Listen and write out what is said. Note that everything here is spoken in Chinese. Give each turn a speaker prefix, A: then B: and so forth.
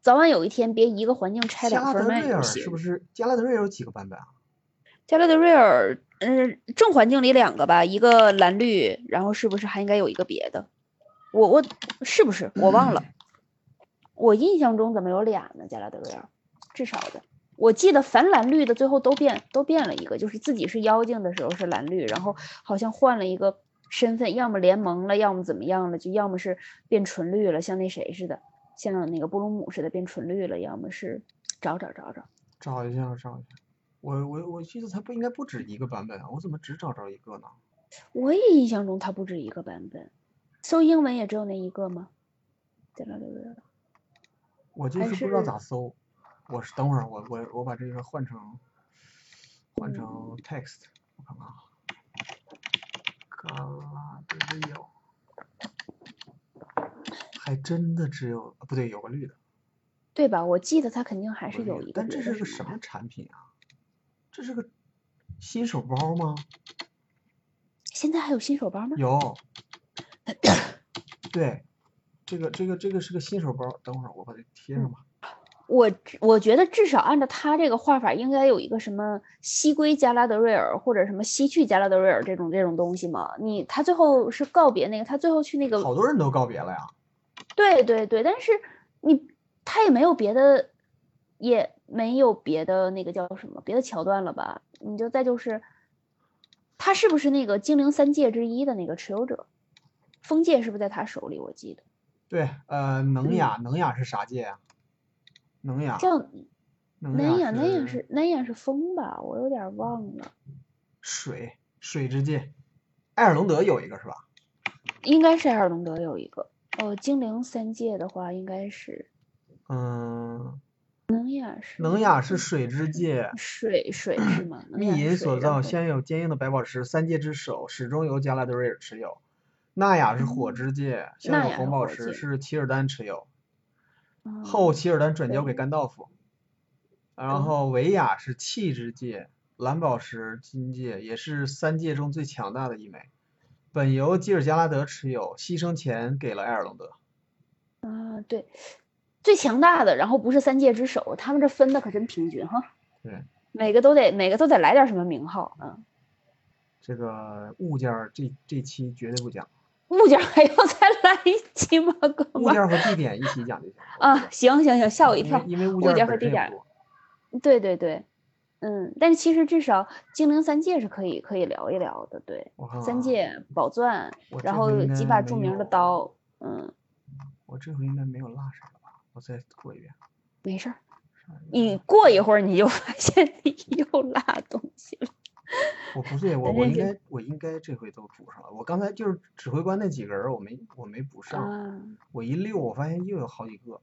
A: 早晚有一天别一个环境拆两
B: 加
A: 份儿
B: 德
A: 卖
B: 瑞
A: 就
B: 尔
A: 行
B: 是。不是？加拉德瑞尔有几个版本啊？
A: 加勒德瑞尔，嗯，正环境里两个吧，一个蓝绿，然后是不是还应该有一个别的？我我是不是我忘了？ 我印象中怎么有俩呢？加拉德瑞尔，至少的，我记得凡蓝绿的最后都变都变了一个，就是自己是妖精的时候是蓝绿，然后好像换了一个身份，要么联盟了，要么怎么样了，就要么是变纯绿了，像那谁似的，像那个布鲁姆似的变纯绿了，要么是找找找找，
B: 找一下，找一下。我我我记得它不应该不止一个版本啊，我怎么只找着一个呢？
A: 我也印象中它不止一个版本，搜英文也只有那一个吗？加拉德瑞尔，
B: 我就
A: 还
B: 是不知道
A: 是
B: 咋搜。我是等会儿我我我把这个换成换成
A: 嗯
B: text，我看看啊。嘎啦德瑞尔，还真的只有啊不对，有个绿的，
A: 对吧？我记得它肯定还
B: 有
A: 是
B: 个
A: 有
B: 绿的
A: 一个
B: 但
A: 别
B: 这
A: 的
B: 是个
A: 什
B: 什
A: 么的
B: 么产品啊？这是个新手包吗？
A: 现在还有新手包 吗？
B: 有，对，这个这个这个是个新手包，等会儿我把它贴上吧。
A: 我我觉得至少按照他这个画法，应该有一个什么西归加拉德瑞尔或者什么西去加拉德瑞尔这种这种东西嘛。你他最后是告别那个，他最后去那个
B: 好多人都告别了呀，
A: 对对对，但是你他也没有别的，也没有别的那个叫什么别的桥段了吧？你就再就是，他是不是那个精灵三界之一的那个持有者？封界是不是在他手里？我记得
B: 对，呃，能雅，能雅是啥界呀？能雅，
A: 嗯叫南
B: 雅
A: 雅，南雅
B: 是
A: 是南雅是风吧？我有点忘了，
B: 水，水之界。埃尔隆德有一个是吧？
A: 应该是埃尔隆德有一个。哦，精灵三界的话，应该是
B: 嗯，
A: 能雅是
B: 能雅是水之界，
A: 水水是吗？嗯能
B: 密
A: 雅是
B: 银
A: 水
B: 所
A: 然
B: 造，
A: 后
B: 先有坚硬的百宝石，三界之首始终由加拉德瑞尔持有。纳雅是火
A: 嗯
B: 之界，现
A: 纳
B: 有
A: 雅
B: 红
A: 是
B: 宝
A: 火
B: 石
A: 界
B: 是齐尔丹持有。
A: 嗯
B: 后齐尔丹转交给
A: 对
B: 甘道夫，然
A: 对
B: 后维雅是气之界，蓝宝石金界也是三界中最强大的一枚，本由基尔加拉德持有，牺牲前给了埃尔隆德。
A: 啊，对，最强大的，然后不是三界之首，他们这分的可真平均哈。
B: 对，
A: 每个都得每个都得来点什么名号啊，
B: 这个物件儿这这期绝对不讲，
A: 物件儿还要再来一期吗，哥
B: 物
A: 们
B: 件
A: 儿？
B: 儿和地点一起讲就行。我觉
A: 啊，
B: 得
A: 行行行，吓我一跳。
B: 因为因为
A: 物
B: 物件
A: 件
B: 儿
A: 儿和
B: 本身
A: 地
B: 也
A: 点
B: 不多。
A: 对对对，嗯，但是其实至少精灵三界是可以可以聊一聊的，对，
B: 我看看
A: 三
B: 啊，
A: 界宝钻，
B: 我
A: 然
B: 这回
A: 后
B: 应
A: 几
B: 该
A: 把
B: 没
A: 著名的
B: 有，
A: 刀，嗯，
B: 我这回应该没有落啥了吧？我再过一遍。
A: 没事儿。你过一会儿你就发现 你又落东西了。
B: 我不对，我
A: 咱
B: 我
A: 这
B: 应
A: 就
B: 该我应该这回都补上了。我刚才就是指挥官那几个人儿我没我没补上，
A: 啊，
B: 我一溜我发现又有好几个，